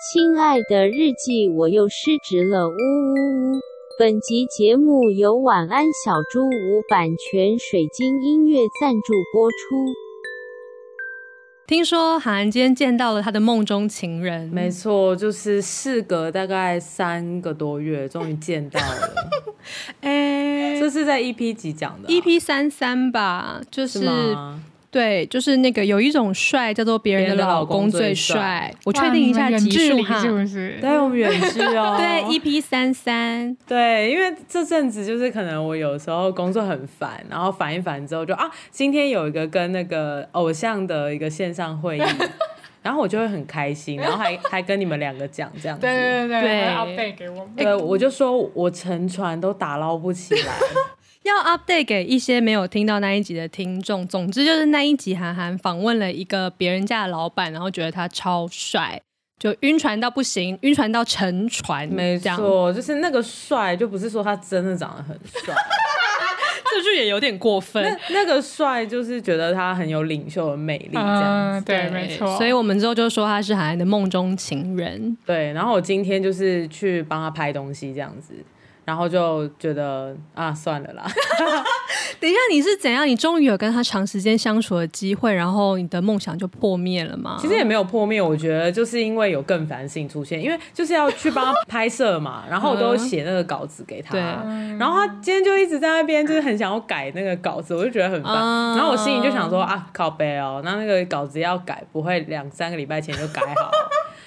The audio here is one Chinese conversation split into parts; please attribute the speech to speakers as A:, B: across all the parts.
A: 亲爱的日记，我又失职了，呜呜呜！本集节目由晚安小猪屋版权水晶音乐赞助播出。
B: 听说韩寒今天见到了他的梦中情人，
C: 没错，就是事隔大概三个多月，终于见到 了。
B: 哎、
C: 这是在 EP 几讲的
D: E
C: 啊、
B: EP E 三三吧，就是
C: 是吗？
B: 对，就是那个有一种帅叫做别人的
C: 别人的
B: 老
C: 老公
B: 公最
C: 最
B: 帅
C: 帅，
B: 我确定一
D: 哇
B: 下
D: 你们
B: 集
D: 远距
B: 数
D: 离
B: 哈
D: 是。不是？，E
C: 对，我们远距 哦。
B: 对，EP 三三，
C: 对，因为这阵子就是可能我有时候工作很烦，然后烦一烦之后就啊，今天有一个跟那个偶像的一个线上 会议，然后我就会很开心，然后还还跟你们两个讲这样子。
D: 对对对
B: 对
D: 对还，update 给我们。
C: 对我就说我沉船都打捞不起 来，
B: 要 update 给一些没有听到那一集的听众。总之就是那一集，韩寒访问了一个别人家的老板，然后觉得他超帅，就晕船到不行，晕船到沉船，
C: 没
B: 这样，
C: 错，就是那个帅，就不是说他真的长得很帅，
B: 这句也有点过分。
C: 那个帅就是觉得他很有领袖的魅力这样子。
D: 嗯，对，没错。
B: 所以我们之后就说他是韩寒的梦中情人。
C: 对，然后我今天就是去帮他拍东西这样子，然后就觉得啊，算了啦，
B: 等一下，你是怎样？你终于有跟他长时间相处的机会，然后你的梦想就破灭了吗？
C: 其实也没有破灭。我觉得就是因为有更烦的事情出现，因为就是要去帮他拍摄嘛，然后我都有写那个稿子给他
B: 对，
D: 嗯
C: 然后他今天就一直在那边就是很想要改那个稿子，我就觉得很烦。
B: 嗯
C: 然后我心里就想说啊，靠背哦，那那个稿子要改，不会两三个礼拜前就改好。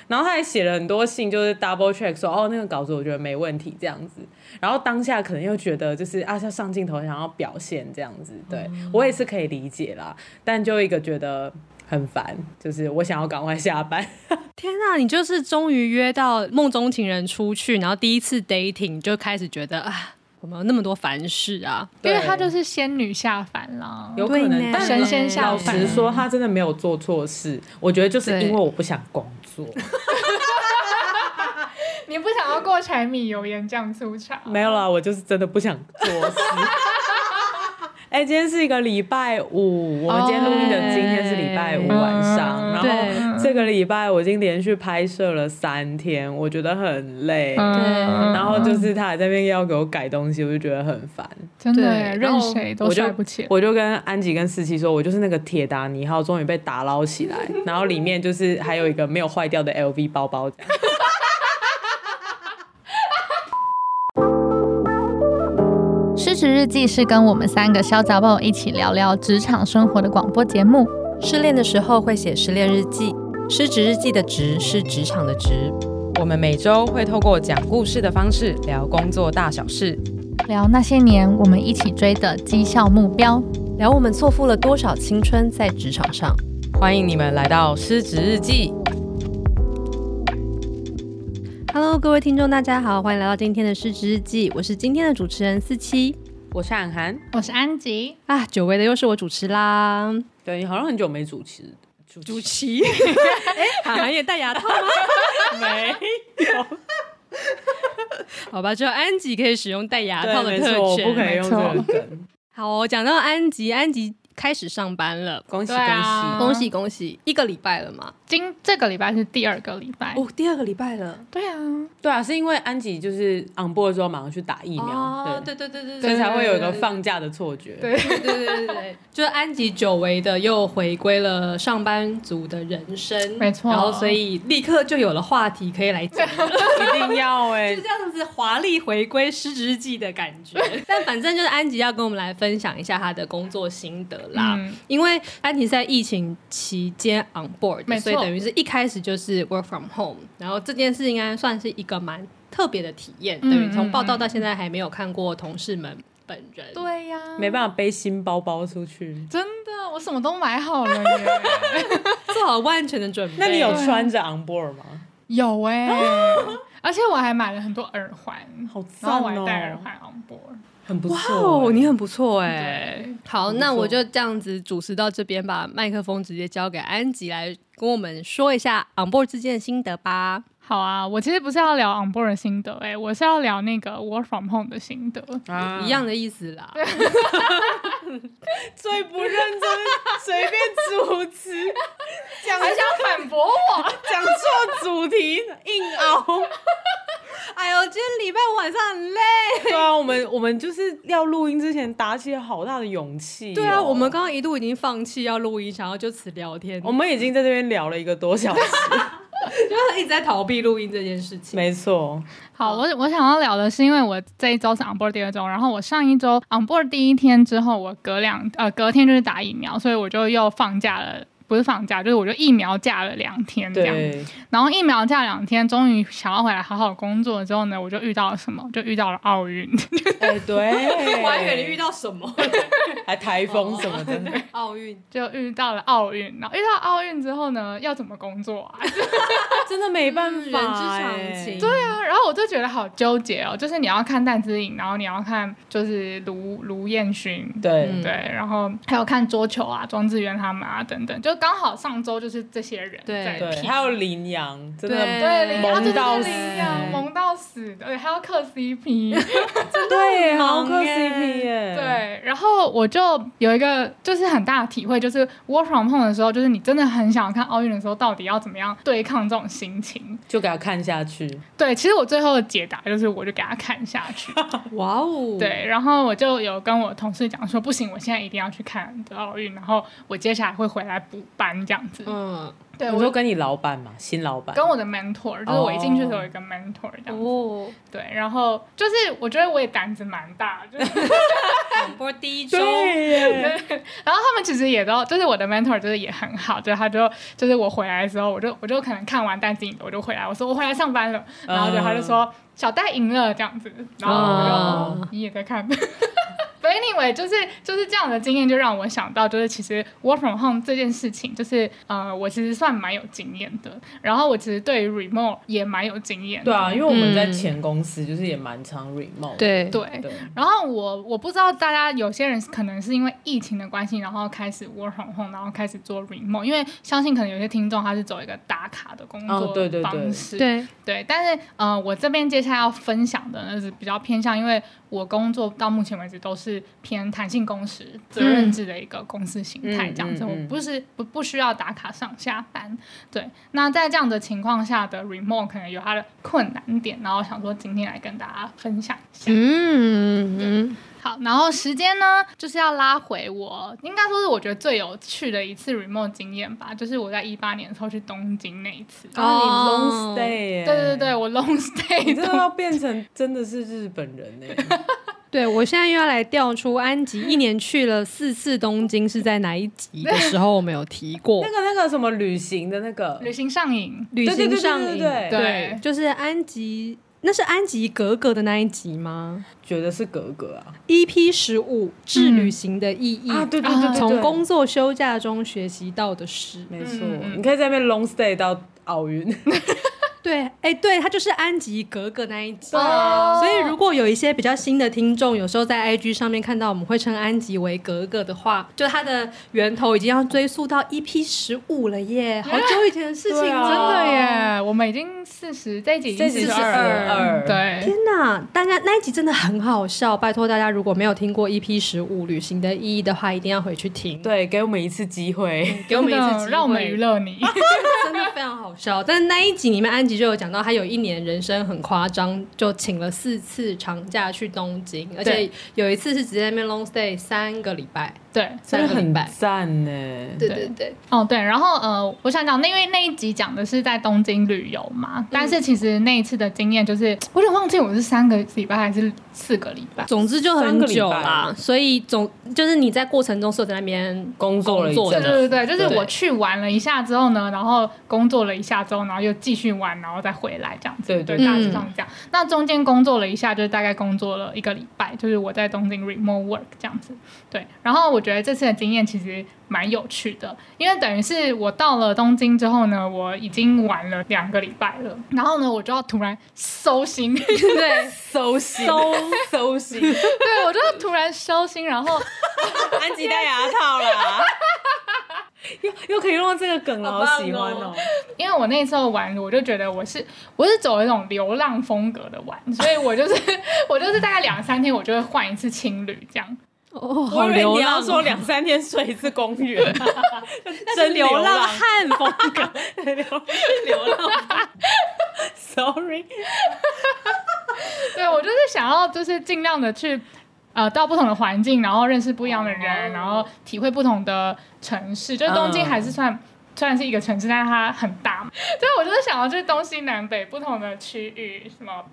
C: 然后他还写了很多信，就是 double check 说哦，那个稿子我觉得没问题这样子。然后当下可能又觉得就是啊，要上镜头想要表现这样子，对、
D: 嗯
C: 我也是可以理解啦。但就一个觉得很烦，就是我想要赶快下班。
D: 哦
B: 天啊，你就是终于约到梦中情人出去，然后第一次 dating 你就开始觉得啊，我们有那么多烦事啊。
D: 因为
C: 对
D: 她就是仙女下凡啦，
C: 有可
B: 对呢
C: 能，但
D: 神仙下
C: 老
D: 凡
C: 实说，他真的没有做错事。我觉得就是因为我不想工作，
D: 你不想要过柴米油盐酱醋茶？
C: 没有啦，我就是真的不想做事。 哎、今天是一个礼拜五，我们今天录音的今天是礼拜五晚上，
D: 嗯
C: 然
B: 对
C: 后这个礼拜我已经连续拍摄了三天，我觉得很累，
D: 嗯
B: 对
C: 然后就是他还在那边要给我改东西，我就觉得很烦。
D: 真
B: 对
D: 的耶
B: 然后
D: 任谁都
C: 我就
D: 帅不起来。
C: 我就跟安吉跟思琪说，我就是那个铁达尼号终于被打捞起 来，然后里面就是还有一个没有坏掉的 LV 包包。
E: 失职日记是跟我们三个小杂宝一起聊聊职场生活的广播节目。
F: 失恋的时候会写失恋日记，失职日记的职是职场的职。
G: 我们每周会透过讲故事的方式聊工作大小事，
E: 聊那些年我们一起追的绩效目标。
F: 聊我们错付了多少青春在职场上。
G: 欢迎你们来到失职日记。
B: Hello，各位听众，大家好，欢迎来到今天的失职日记，我是今天的主持人思琪
C: 我是韩寒，
D: 我是安吉，
B: 啊，久违的又是我主持啦，
C: 对你好像很久没主持，主持
B: 持， 哎、韩寒也戴牙套 吗？
C: 没
B: 好吧，只有安吉可以使用戴牙套的
C: 对，没
B: 特
C: 错，我不可
B: 权。
C: 以用这个梗，
B: 好、哦，讲到安吉，安吉开始上班了，
C: 恭喜
D: 对
C: 恭
D: 啊
C: 喜！
B: 恭喜恭喜，一个礼拜了嘛，
D: 今这个礼拜是第二个礼拜。
B: 哦，第二个礼拜了，
D: 对啊，
C: 对啊，是因为安吉就是 on board 之后马上去打疫苗
B: 哦，，对对对对，
C: 所以才会有一个
B: 对
C: 放假的错觉。
D: 对
B: 对对对对 对，就是安吉久违的又回归了上班族的人生，
D: 没错
B: 然后所以立刻就有了话题可以来讲，就
C: 一定要哎、
B: 这样子华丽回归失职日记的感觉。 但反正就是安吉要跟我们来分享一下他的工作心得啦，
D: 嗯
B: 因为安吉是在疫情期间 on board，的
D: 没错
B: 所以等于是一开始就是 work from home，然后这件事应该算是一个蛮特别的体验，
D: 嗯
B: 等于从
D: 嗯
B: 报道
D: 嗯
B: 到现在还没有看过同事们本人。
D: 对呀、
C: 没办法背新包包出去。
D: 真的，我什么都买好 了耶。
B: 做好万全的准备。
C: 那你有穿着 on board 吗？
D: 有 哎、而且我还买了很多耳环，
C: 好
D: 然后
C: 赞
D: 我还
C: 哦、
D: 戴耳环 on board。
C: 很不
B: 哇
C: 错、
B: 哦，
C: 欸
B: 你很不错哎、
D: 对，
B: 好，
C: 很不错
B: 那我就这样子主持到这边，把麦克风直接交给安吉来跟我们说一下 on board 之间的心得吧。
D: 好啊，我其实不是要聊 on board 的心得、欸
B: 嗯
D: 哎，我是要聊那个 work from home 的心得。
C: 啊
B: 一样的意思啦。
C: 最不认真，随便主持， 讲
D: 还想反驳我？
C: 讲错主题，硬凹。
B: 哎呦，今天礼拜晚上很累。
C: 对 啊，我们我们就是要录音之前打起了好大的勇气哦、
B: 对啊，我们刚刚一度已经放弃要录音，想要就此聊天，
C: 我们已经在这边聊了一个多小时，
B: 就是一直在逃避录音这件事情。
C: 没错，
D: 好，我我想要聊的是，因为我这一周是 on board 第二周，然后我上一周 on board 第一天之后，我隔两呃隔天就是打疫苗，所以我就又放假了，不是放假，就是我就疫苗假了两天这样。
C: 对，
D: 然后疫苗假两天，终于想要回来好好工作之后呢，我就遇到了什么？就遇到了奥运。
C: 哎、对，
B: 我还以为你遇到哦什么
C: 还台风什么的，
B: 奥运，
D: 就遇到了奥运，然后遇到奥运之后呢，要怎么工作啊？
C: 真的没办
B: 人之
C: 法、
B: 常
C: 哎
B: 情。
D: 对啊，然后我就觉得好纠结哦，就是你要看戴资颖，然后你要看就是卢卢彦勋，
C: 对、
B: 嗯
D: 对，然后还有看桌球啊，庄智渊他们啊等等，就刚好上周就是这些人
B: 对
D: 在
C: 对，
D: 拼
C: 还有羚羊，真
B: 对
C: 的
D: 对林啊
C: 萌
D: 对
C: 到
D: 对对林羊
C: 死
D: 萌到死，对，还要克 CP，
C: 对，好
B: 很
C: 磕
B: 忙哎
C: CP 耶，
D: 对，然后我就有一个就是很大的体会，就是 work from home 的时候，就是你真的很想看奥运的时候，到底要怎么样对抗这种心情？
C: 就给他看下去，
D: 对，其实我最后的解答就是，我就给他看下去。
B: 哇哦，
D: 对，然后我就有跟我同事讲说，不行，我现在一定要去看奥运，然后我接下来会回来补班这样子。
B: 嗯，
D: 对，
C: 我
D: 我
C: 就
D: 就
C: 跟你哦老板嘛，新老板，
D: 跟我的 mentor，就是我一进去的时候有一个 mentor 这样子。
B: 哦，
D: 对，然后就是我觉得我也胆子蛮大，就是
B: 广播第一周，
C: 对耶，
D: 然后他们其实也都，就是我的 mentor 就是也很好，就是他就就是我回来的时候，我就我就可能看完戴资颖的，我就回来，我说我回来上班了，然后就
C: 嗯
D: 他就说小戴赢了这样子，然后我就、
B: 哦
D: 哦你也在看。But anyway，就是就是这样的经验，就让我想到，就是其实 work from home 这件事情，就是呃，我其实算蛮有经验的。然后我其实对于 remote 也蛮有经验 的。
C: 对啊，因为我们在
B: 嗯
C: 前公司就是也蛮常 remote，的
B: 对
D: 对，
C: 对
D: 然后我我不知道大家有些人可能是因为疫情的关系，然后开始 work from home，然后开始做 remote，因为相信可能有些听众他是走一个打卡的工
C: 哦
D: 作
C: 对对对
D: 方式，
B: 对，
D: 对但是呃，我这边接下来要分享的呢是比较偏向，因为我工作到目前为止都是偏弹性工时、责任制的一个公司形态
C: 嗯
D: 这样子，
C: 嗯嗯
D: 我不是不不需要打卡上下班。对，那在这样的情况下的 remote 可能有它的困难点，然后想说今天来跟大家分享一
C: 嗯
D: 下。
B: 嗯嗯
D: 好，然后时间呢，就是要拉回我，应该说是我觉得最有趣的一次 remote 经验吧，就是我在一八年的时候去东京那一次。
C: 啊，你 long
B: 哦
C: stay，耶
D: 对对，对，我 long stay
C: 你真的
D: 东
C: 要变成真的是日本人欸 呢，
B: 对我现在又要来调出安吉一年去了四次东京是在哪一集的时候，我们有提过
C: 那个那个什么旅行的那个
D: 旅行上瘾，
B: 旅
C: 对对
B: 行
C: 对
B: 上
C: 对
B: 瘾，
C: 对
D: 对
B: 对，就是安吉，那是安吉格格的那一集吗
C: 觉得是格格啊，
B: ？EP 十五致旅行的意义
C: 啊对对对对对
B: 从工作休假中学习到的事。
C: 没错，
D: 嗯嗯
C: 你可以在那边 long stay 到奥运，
B: 对，哎，对，它就是安吉格格那一集。
D: 哦
B: 所以，如果有一些比较新的听众，有时候在 IG 上面看到我们会称安吉为格格的话，就它的源头已经要追溯到 EP 十五了耶，好久以前的事情
C: 对
B: 了、
C: 啊
D: 真的耶，哦我们已经四十，这一集已经
C: 这集
D: 42
C: 42
D: 了，对
B: 天。呐，大家那一集真的很好笑，拜托大家如果没有听过 EP 十五《旅行的意义》的话，一定要回去听，
C: 对，给我们一次机会，
B: 给我们一次
D: 真
B: 机
D: 的啊
B: 会，
D: 让我们娱，乐你。
B: 真的非常好笑。但是那一集里面，安吉就有讲到，他有一年人生很夸张，就请了四次长假去东京，而且有一次是直接在那边 long stay 三个礼拜，
D: 对，
C: 真的
B: 三个礼
C: 很
B: 拜
C: 赞欸呢。
B: 对对对，
D: 哦对，然后呃，我想讲，那因为那一集讲的是在东京旅游嘛，但
B: 嗯
D: 是其实那一次的经验就是，我有点忘记我是三个礼拜还是四个礼拜。
B: 总之就
C: 三
B: 很
C: 个礼拜
B: 久啦。所以总就是你在过程中是有在那边
C: 工作了一阵
B: 工作
C: 子，
D: 对对对，就是我去玩了一下之后呢，然后工作了一下之后，然后又继续玩，然后再回来这样子。
C: 对对
D: 对，
C: 对
D: 大致上是这样。那中间工作了一下，就是大概工作了一个礼拜，就是我在东京 remote work 这样子。对，然后我觉得这次的经验其实蛮有趣的，因为等于是我到了东京之后呢，我已经玩了两个礼拜了，然后呢，我就要突然 收心，
B: 对，
C: 收心收心，
D: 对我就要突然收心，然后
C: 安吉戴牙套啦， 又又可以用到这个梗了，
B: 好棒
C: 好喜欢
B: 哦
C: 哦。
D: 因为我那时候玩，我就觉得我是我是走一种流浪 风格的玩，所以我就是我就是大概两三天我就会换一次青旅这样。
B: 哦，好
C: 我以为
B: 流
C: 你要
B: 浪
C: 说
B: 哦，
C: 两三天睡一次公园，
B: 真
C: 真
B: 流
C: 流
B: 浪
C: 浪
B: 汉风格。
C: 流流浪。Sorry，
D: 对我就是想要就是尽量的去呃到不同的环境，然后认识不一样的人，然后体会不同的城市。就是东京
C: 哦嗯
D: 还是算、虽然是一个城市，但是它很大嘛， 所以我就是想要去东西南北不同的区域，什么。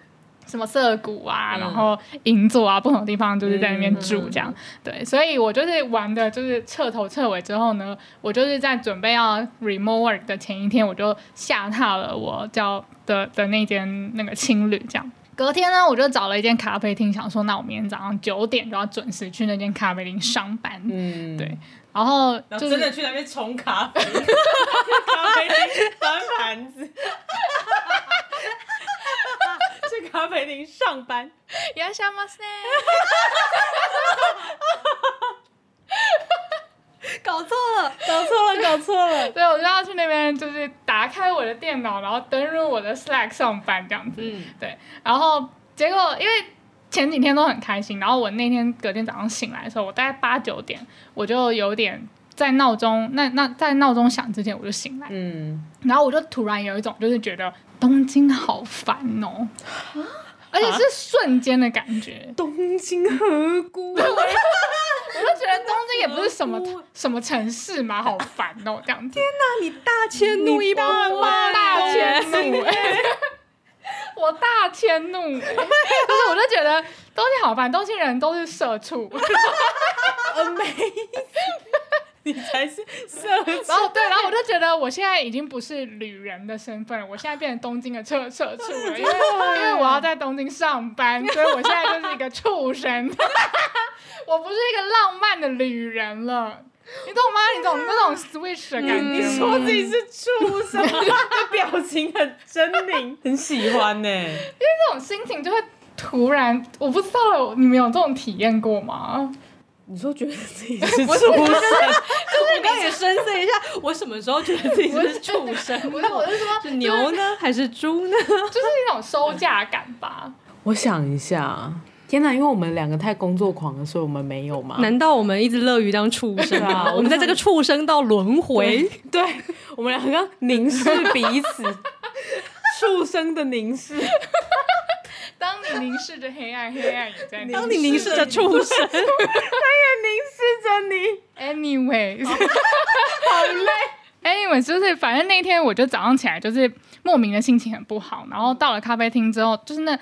D: 什么涩谷啊，
C: 嗯
D: 然后银座啊，不同的地方就是在那边
C: 嗯
D: 住这样，对，所以我就是玩的，就是彻头彻尾之后呢，我就是在准备要 remote work 的前一天，我就下榻了我叫的的那间那个青旅这样。隔天呢，我就找了一间咖啡厅，想说那我明天早上九点就要准时去那间咖啡厅上班。
C: 嗯，
D: 对然后
C: 然
D: 就
C: 后
D: 是
C: 真的去那边冲咖啡，咖啡厅端盘子，去咖啡厅上班，
D: いらっしゃいませ。
B: 搞错了，
C: 搞错了，搞错了。
D: 所以我就要去那边，就是打开我的电脑，然后登入我的 Slack 上班这样子。
C: 嗯，
D: 对，然后结果因为前几天都很开心，然后我那天隔天早上醒来的时候，我大概八九点，我就有点在闹钟那那在闹钟响之前我就醒来，
C: 嗯，
D: 然后我就突然有一种就是觉得东京好烦哦，
C: 啊
D: 而且是瞬间的感觉，
C: 东京河谷，
D: 我就觉得东京也不是什么什么城市嘛，好烦哦这样子。
B: 你大迁怒一波，
D: 我大迁怒、欸，我大迁怒、欸，就是我就觉得东西好烦，东西人都是社 畜，
C: 你才是社畜
D: 然后对，然后我就觉得我现在已经不是旅人的身份了，我现在变成东京的社社畜了，因为因为我要在东京上班，所以我现在就是一个畜生，我不是一个浪漫的旅人了。你懂吗？你懂那种 switch 的感觉吗？
C: 你说自己是畜生， 这表情很狰狞，很喜欢呢、
D: 这种心情就会突然，我不知道你们有这种体验过吗？
C: 你说觉得自己 是畜生，
B: 我刚也深思一下，我什么时候觉得自己是畜生？
D: 不是， 我是说，
B: 是牛呢，还是猪呢？
D: 就是一种收价感吧。
C: 我想一下，天哪，因为我们两个太工作狂了，所以我们没有嘛。
B: 难道我们一直乐于当畜生
C: 对啊
B: 啊吗？我们在这个畜生道轮回，
C: 对我们两个凝视彼此， 畜生的凝视，
D: 当你凝视着黑暗，黑暗也在
B: 当你凝视着畜生，
C: 凝视着你。
B: 哦
D: Anyways，好累。Anyways，就是反正那天我就早上起来就是莫名的心情很不好，然后到了咖啡厅之后，就是那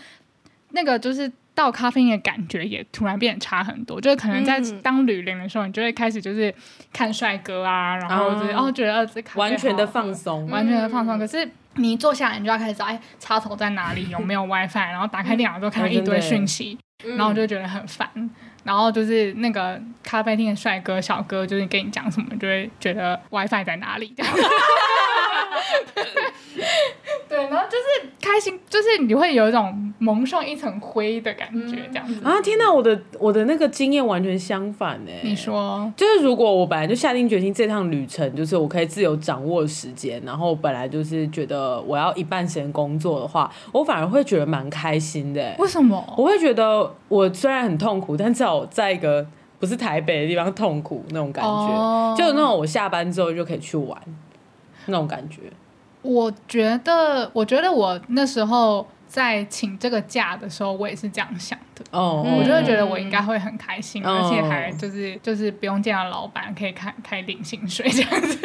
D: 那个就是到咖啡厅的感觉也突然变得差很多，就是可能在
B: 嗯
D: 当旅人的时候，你就会开始就是看帅哥啊，然后就是、
C: 啊
D: 哦觉得呃这咖啡
C: 完全的
D: 好
C: 放松，
D: 完全的放
C: 嗯
D: 松。可是你一坐下来，你就要开始找，哎，插头在哪 里？有没有 WiFi？然后打开电脑之后，看到一堆讯息，然后我就觉得很烦。然后就是那个咖啡厅的帅哥小哥，就是跟你讲什么，就会觉得 WiFi 在哪里这样。
C: 嗯
D: 对，然后就是开心，就是你会有一种蒙上一层灰的感觉，这样子。
C: 啊！天哪，我的我的那个经验完全相反哎、
D: 你说，
C: 就是如果我本来就下定决心这趟旅程，就是我可以自由掌握时间，然后本来就是觉得我要一半时间工作的话，我反而会觉得蛮开心的、欸。
D: 为什么？
C: 我会觉得我虽然很痛苦，但至少我在一个不是台北的地方痛苦那种感觉，
D: 哦
C: 就有那种我下班之后就可以去玩那种感觉。
D: 我觉得，我觉得我那时候在请这个假的时候，我也是这样想的。
C: 哦，
D: 嗯我就会觉
C: 得
D: 得我应该会很开心，
C: 嗯
D: 而且还就是就是不用见到老板，可以开开领薪水这样子。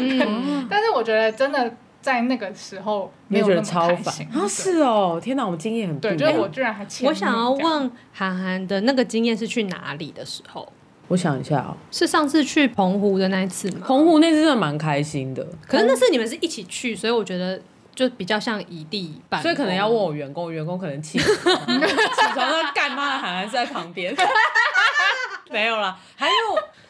B: 嗯
C: 嗯
D: 但是我觉得真的在那个时候
C: 你
D: 没
C: 会
D: 有
C: 觉
D: 那
C: 得
D: 么
C: 超
D: 开
C: 烦
D: 心
C: 啊！是哦，天哪，我们经验很不一
D: 对，
C: 样。
D: 就是我居然还
B: 我想要
D: 要
B: 问韩寒的那个经验是去哪里的时候？
C: 我想一下哦，
B: 是上次去澎湖的那一次吗？
C: 澎湖那次真的蛮开心的，
B: 可是那次你们是一起去，所以我觉得就比较像一地半，
C: 所以可能要问我员工，员工可能气死， 起床说干妈的韩寒是在旁边， 没有啦，还有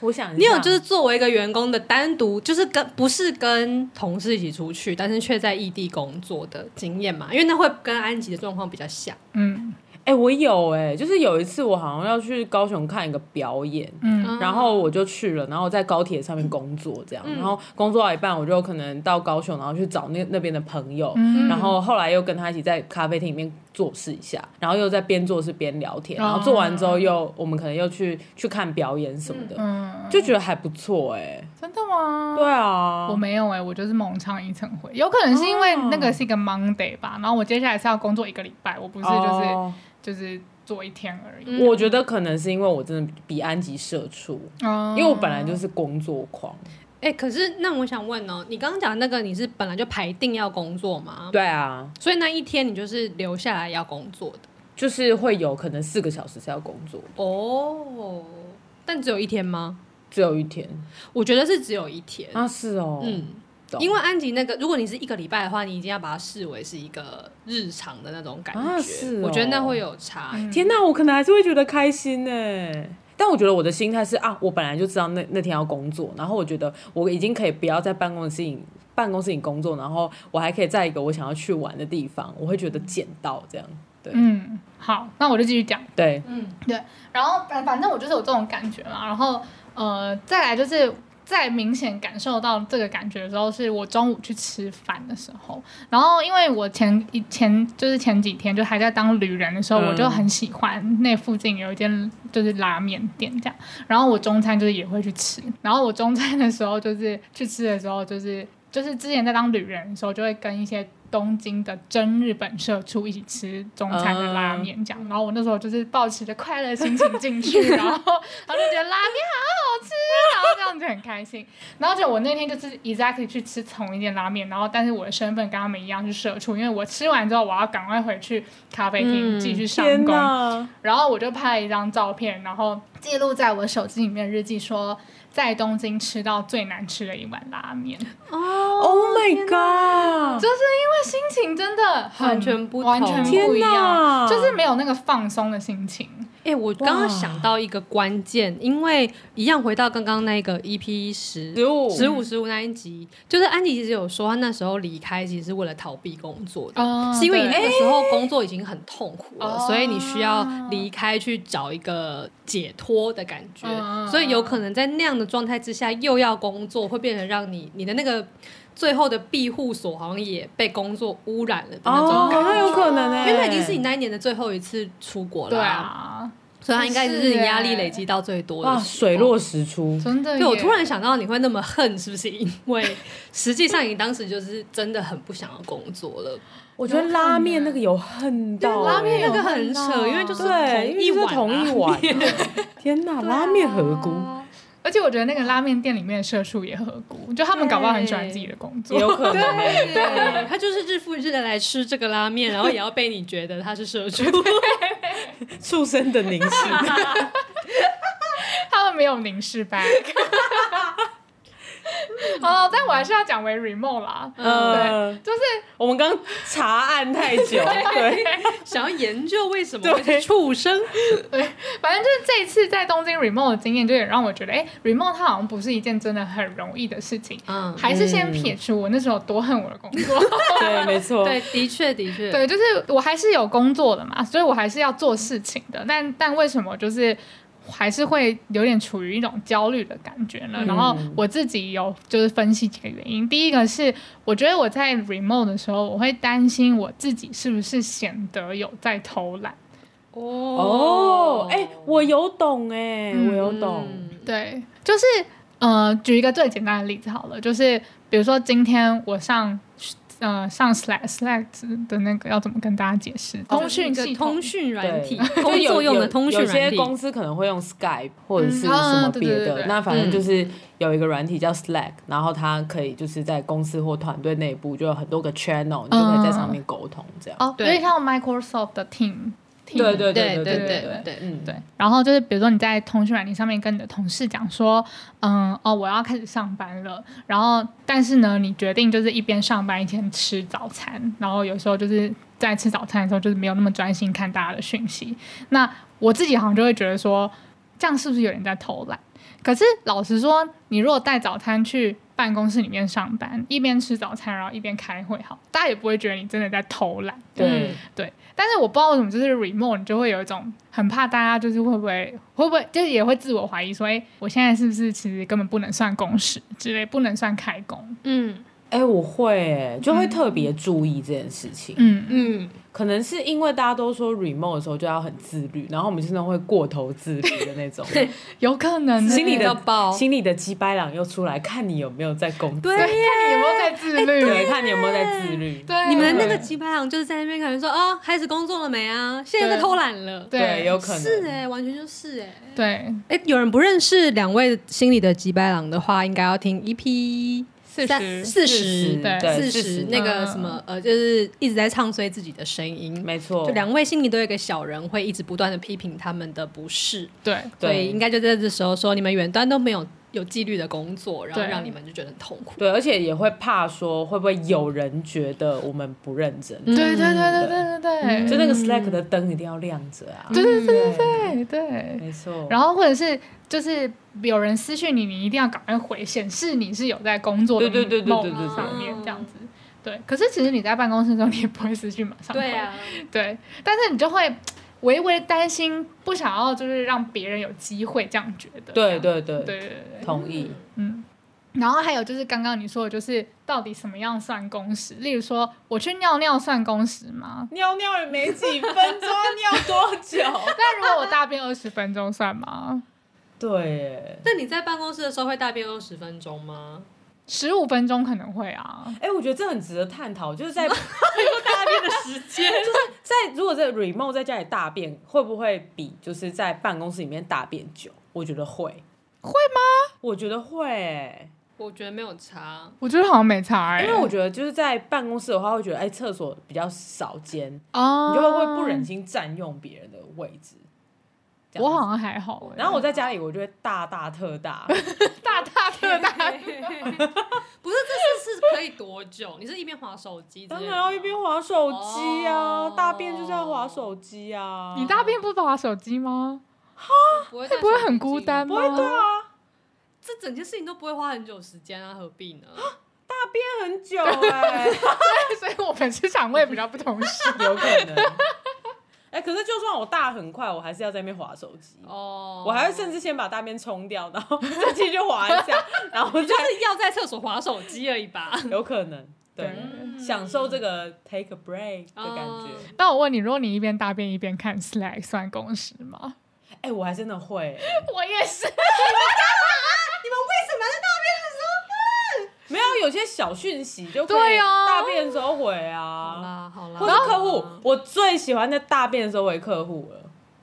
C: 我想一下
B: 你有就是作为一个员工的单独，就是跟不是跟同事一起出去，但是却在异地工作的经验嘛？因为那会跟安吉的状况比较像。
D: 嗯
C: 哎、我有哎、就是有一次我好像要去高雄看一个表演，
D: 嗯
C: 然后我就去了，然后在高铁上面工作这样，然后工作到一半，我就可能到高雄，然后去找那那边的朋友，
D: 嗯
C: 然后后来又跟他一起在咖啡厅里面做事一下，然后又在边做事边聊天，然后做完之后又我们可能又去去看表演什么的，
D: 嗯，
C: 就觉得还不错哎、
D: 真的吗？
C: 对啊，
D: 我没有哎、我就是猛唱一层回，有可能是因为那个是一个 Monday 吧，然后我接下来是要工作一个礼拜，我不是就是、嗯
C: 哦
D: 就是做一天而
B: 嗯
D: 已。
C: 我觉得可能是因为我真的比安吉社畜，
D: 嗯
C: 因为我本来就是工作狂。
B: 哎、可是那我想问哦，你刚刚讲那个你是本来就排定要工作吗？，
C: 对啊，
B: 所以那一天你就是留下来要工作的
C: 就是会有可能四个小时是要工作，
B: 哦。但只有一天吗？
C: 只有一天
B: 我觉得是只有一天。
C: 啊，是哦，
B: 嗯，
C: 懂，
B: 因为安吉那个，如果你是一个礼拜的话，你已经要把它视为是一个日常的那种感觉。
C: 啊是哦嗯
B: 我觉得那会有差。
C: 天哪，我可能还是会觉得开心呢、但我觉得我的心态是啊，我本来就知道那那天要工作，然后我觉得我已经可以不要在办公室里办公室里工作，然后我还可以在一个我想要去玩的地方，我会觉得捡到这样。对、
D: 嗯，好，那我就继续讲。
C: 对，
B: 嗯
D: 然后反反正我就是有这种感觉嘛，然后呃，再来就是再明显感受到这个感觉的时候，是我中午去吃饭的时候，然后因为我前以前就是前几天就还在当旅人的时候，
C: 嗯
D: 我就很喜欢那附近有一间就是拉面店这样，然后我中餐就是也会去吃，然后我中餐的时候就是去吃的时候就是。就是之前在当旅人的时候，就会跟一些东京的真日本社畜一起吃中餐的拉面这样，然后我那时候就是抱持着快乐心情进去， 然后然后就觉得拉面好好吃，然后这样就很开心。然后就我那天就是 exactly 去吃同一间拉面，然后但是我的身份跟他们一样是社畜，因为我吃完之后我要赶快回去咖啡厅继续上
C: 天
D: 工，
C: 哪，
D: 然后我就拍了一张照片，然后记录在我手机里面日记说。在东京吃到最难吃的一碗拉面，
C: Oh my god！
D: 就是因为心情真的很
B: 完全不同
D: 完全不
C: 天
D: 一样，
C: 哪
D: 就是没有那个放松的心情。
B: 哎、我刚刚想到一个关键，因为一样回到刚刚那个 EP 十
C: 食物
B: 十五十五那一集，就是安迪其实有说，他那时候离开其实是为了逃避工作的，
D: 哦
B: 是因为你那
D: 对
B: 个时候工作已经很痛苦了，
D: 哦
B: 所以你需要离开去找一个解脱的感觉，
D: 嗯嗯嗯
B: 所以有可能在那样的状态之下又要工作，会变成让你你的那个最后的庇护所好像也被工作污染了的那种
C: 哦，
B: 感觉。
C: 那有可能呢、
B: 因为那已经是你那一年的最后一次出国了
D: 对
B: 啊、
D: 啊，
B: 所以他应该哦就是啊
D: 是
B: 你
D: 欸
B: 压力累积到最多
C: 哇，
B: 的。
C: 水落石出。
D: 真的耶。
B: 对，我突然想到你会那么恨，是不是因 为实际上你当时就是真的很不想要工作了？
C: 我觉得拉面那个有恨到、欸，
B: 拉面那个很扯，因为就是
C: 对，
B: 同一
C: 因为
B: 碗、
C: 是同一碗、 啊。天哪，拉面何辜？
D: 而且我觉得那个拉面店里面的社畜也合股，就他们搞不好很喜欢自己的工
C: 也
D: 作。
C: 有可能欸、
B: 啊 对，他就是日复一日的来吃这个拉面，然后也要被你觉得他是社 畜。
C: 畜生的凝 视。
D: 他们没有凝视 back。哦，但我还是要讲为 remote 啦，
B: 嗯
C: 呃，
D: 就是
C: 我们刚查案太久， 对，
B: 想要研究为什么会是畜生，
D: 反正就是这一次在东京 remote 的经验，就也让我觉得，哎、r e m o t e 它好像不是一件真的很容易的事情。
B: 嗯，
D: 还是先撇除我那时候多恨我的工作，
C: 对，没错，
B: 对，的确的确，
D: 对，就是我还是有工作的嘛，所以我还是要做事情的。但但为什么就是还是会有点处于一种焦虑的感觉呢？然后
B: 嗯
D: 我自己有就是分析几个原因。第一个是我觉得我在 remote 的时候，我会担心我自己是不是显得有在偷懒。
C: 哦，哎、我有懂哎、
D: 嗯
C: 我有懂，
D: 对，就是呃，举一个最简单的例子好了，就是比如说今天我上。呃，上 Slack Slack 的那个要怎么跟大家解释？通讯
B: 哦就是
D: 系
B: 一个
D: 统
B: 通讯软体
C: 对，
B: 工作用的通讯
C: 有些
B: 软体。
C: 公司可能会用 Skype 或者是
D: 嗯啊
C: 什么
D: 对
C: 别
D: 对对
C: 的，
D: 对
C: 那反
B: 嗯
C: 正就是有一个软体叫 Slack，然后它可以就是在公司或团队内部就有很多个 channel，你就可以在上面沟通这样。
D: 哦，有
B: 对
D: 点像 Microsoft 的 Team。
C: 对
B: 对
C: 对
B: 对
C: 对对
B: 对
C: 嗯
D: 对，然后就是比如说你在通讯软件上面跟你的同事讲说，嗯哦我要开始上班了，然后但是呢你决定就是一边上班一边吃早餐，然后有时候就是在吃早餐的时候就是没有那么专心看大家的讯息，那我自己好像就会觉得说这样是不是有点在偷懒？可是老实说，你如果带早餐去办公室里面上班，一边吃早餐然后一边开会，好，大家也不会觉得你真的在偷懒。
C: 对，
B: 嗯
D: 对，但是我不知道为什么，就是 remote 你就会有一种很怕大家就是会不会会不会就是也会自我怀疑说，哎、我现在是不是其实根本不能算工时之类，不能算开工？
B: 嗯，
C: 哎、我会、欸，就会特别注意这件事情。
D: 嗯嗯，
B: 嗯，
C: 可能是因为大家都说 remote 的时候就要很自律，然后我们真的会过头自律的那种，
D: 有可能
C: 心里
D: 嗯里
C: 的
B: 到爆
C: 心里的鸡掰狼又出来，看你有没有在工作，
B: 对
D: 看你有没有在自律。
C: 对，看你有没有在自律。
D: 对，
B: 你们那个鸡巴狼就是在那边感觉说啊，开始工作了没啊？现在在偷懒了。
C: 对，有可能
B: 是哎、完全就是哎、
D: 对
B: 哎、有人不认识两位心里的吉白狼的话，应该要听 EP
D: 四十
B: 四
C: 40
B: 十
D: 对
B: 四
C: 对
B: 十
C: 40
B: 那个什么呃，就是一直在唱衰自己的声音。
C: 没错
B: 就，两位心里都有一个小人，会一直不断的批评他们的不是，
D: 对
B: 所以
C: 对，
B: 应该就在这时候说，你们远端都没有有纪律的工作，然后
D: 对
B: 让你们就觉得很痛苦。
C: 对，而且也会怕说会不会有人觉得我们不认真，
D: 对对对对对对对，
C: 就那个 Slack 的灯一定要亮着啊。
D: 对对嗯对对对对。
C: 没错。
D: 然后或者是就是有人私讯你，你一定要赶快回，显示你是有在工作的
C: 对对对对
D: 某
C: 对对对
D: 上面这样子。对，可是其实你在办公室中，你也不会私讯马上回，
B: 对啊，
D: 对，但是你就会微微担心，不想要就是让别人有机会这样觉得，
C: 对
D: 这
C: 对
D: 样
C: 对，
D: 对对对对，
C: 同意。
D: 嗯。然后还有就是刚刚你说的，就是到底什么样算工时？例如说，我去尿尿算工时吗？
C: 尿尿也没几分钟，尿多久？
D: 那如果我大便二十分钟算吗？
C: 对耶，
B: 那你在办公室的时候会大便二十分钟吗？
D: 十五分钟可能会啊。
C: 哎、我觉得这很值得探讨，就是在大便的时间，就是在如果在 remote 在家里大便，会不会比就是在办公室里面大便久？我觉得会，会吗？我觉得会欸耶，
B: 我觉得没有差，
D: 我觉得好像没差哎、
C: 因为我觉得就是在办公室的话，会觉得哎，厕、所比较少间，
D: 哦，
C: 你就会不忍心占用别人的位置。这样
D: 我
C: 子
D: 好像还好哎、
C: 然后我在家里，我就会大大特 大。
D: 大大 特大，
B: 不是这是是可以多久？你是一边划手机，
C: 当然要哦一边划手机啊，
B: 哦
C: 大便就是要划手机啊。
D: 你大便不划手机吗？
B: 不会
D: 会不会很孤单吗？
B: 吗？
D: 不会啊，
B: 这整件事情都不会花很久时间啊，何必 呢？
C: 便很 久哎、
D: 所以我们市场位比较不同事。
C: 有可能。哎、可是就算我大很快，我还是要在那边划手机。
B: 哦，
C: 我还会甚至先把大便冲掉，然后再继续划一下，然后再
B: 是要在厕所划手机而已吧。
C: 有可能对
B: 嗯
D: 对
C: 嗯享受这个 take a break 的感觉
B: 哦。
D: 那我问你，如果你一边大便一边看 Slack 算公时吗？
C: 哎、我还真的会、
D: 我也是，
C: 没有有些小讯息就可以
D: 对啊
C: 大便的时候回
B: 好
C: 啊，
B: 啦好啦，
C: 或者客户，我最喜欢在大便的时候回客户了。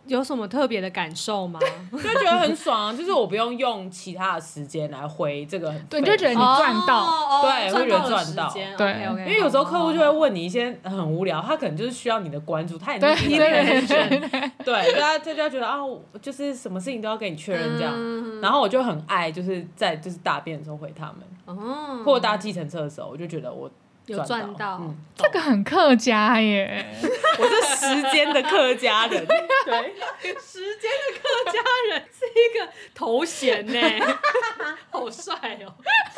B: 有什么特别的感受 吗？
C: 就觉得很爽啊， 就是我不用用其他的时间来回这个很
D: 对，
C: 费
D: 你就觉得你赚到。
B: 哦，哦
C: 对会觉得
B: 了
C: 赚到
B: 时间
D: 对
B: OK，OK，
C: 因为有时候客户就会
B: 好好
C: 问你一些很无聊，他可能就是需要你的关注，他也
D: 对
C: 是
D: 对
C: 一个人
D: 对
C: 选
D: 对对，
C: 对，大家大家觉得啊，我就是什么事情都要跟你确认这样。
B: 嗯
C: 然后我就很爱，就是在就是大便的时候回他们，
B: 哦
C: 或者
D: 嗯
C: 搭计程车的时候，我就觉得我
B: 有赚到
C: 嗯，
D: 这个很客家 耶。
C: 我是时间的客家 人，对，
B: 时间的客家人是一个头衔呢， 好帅哦！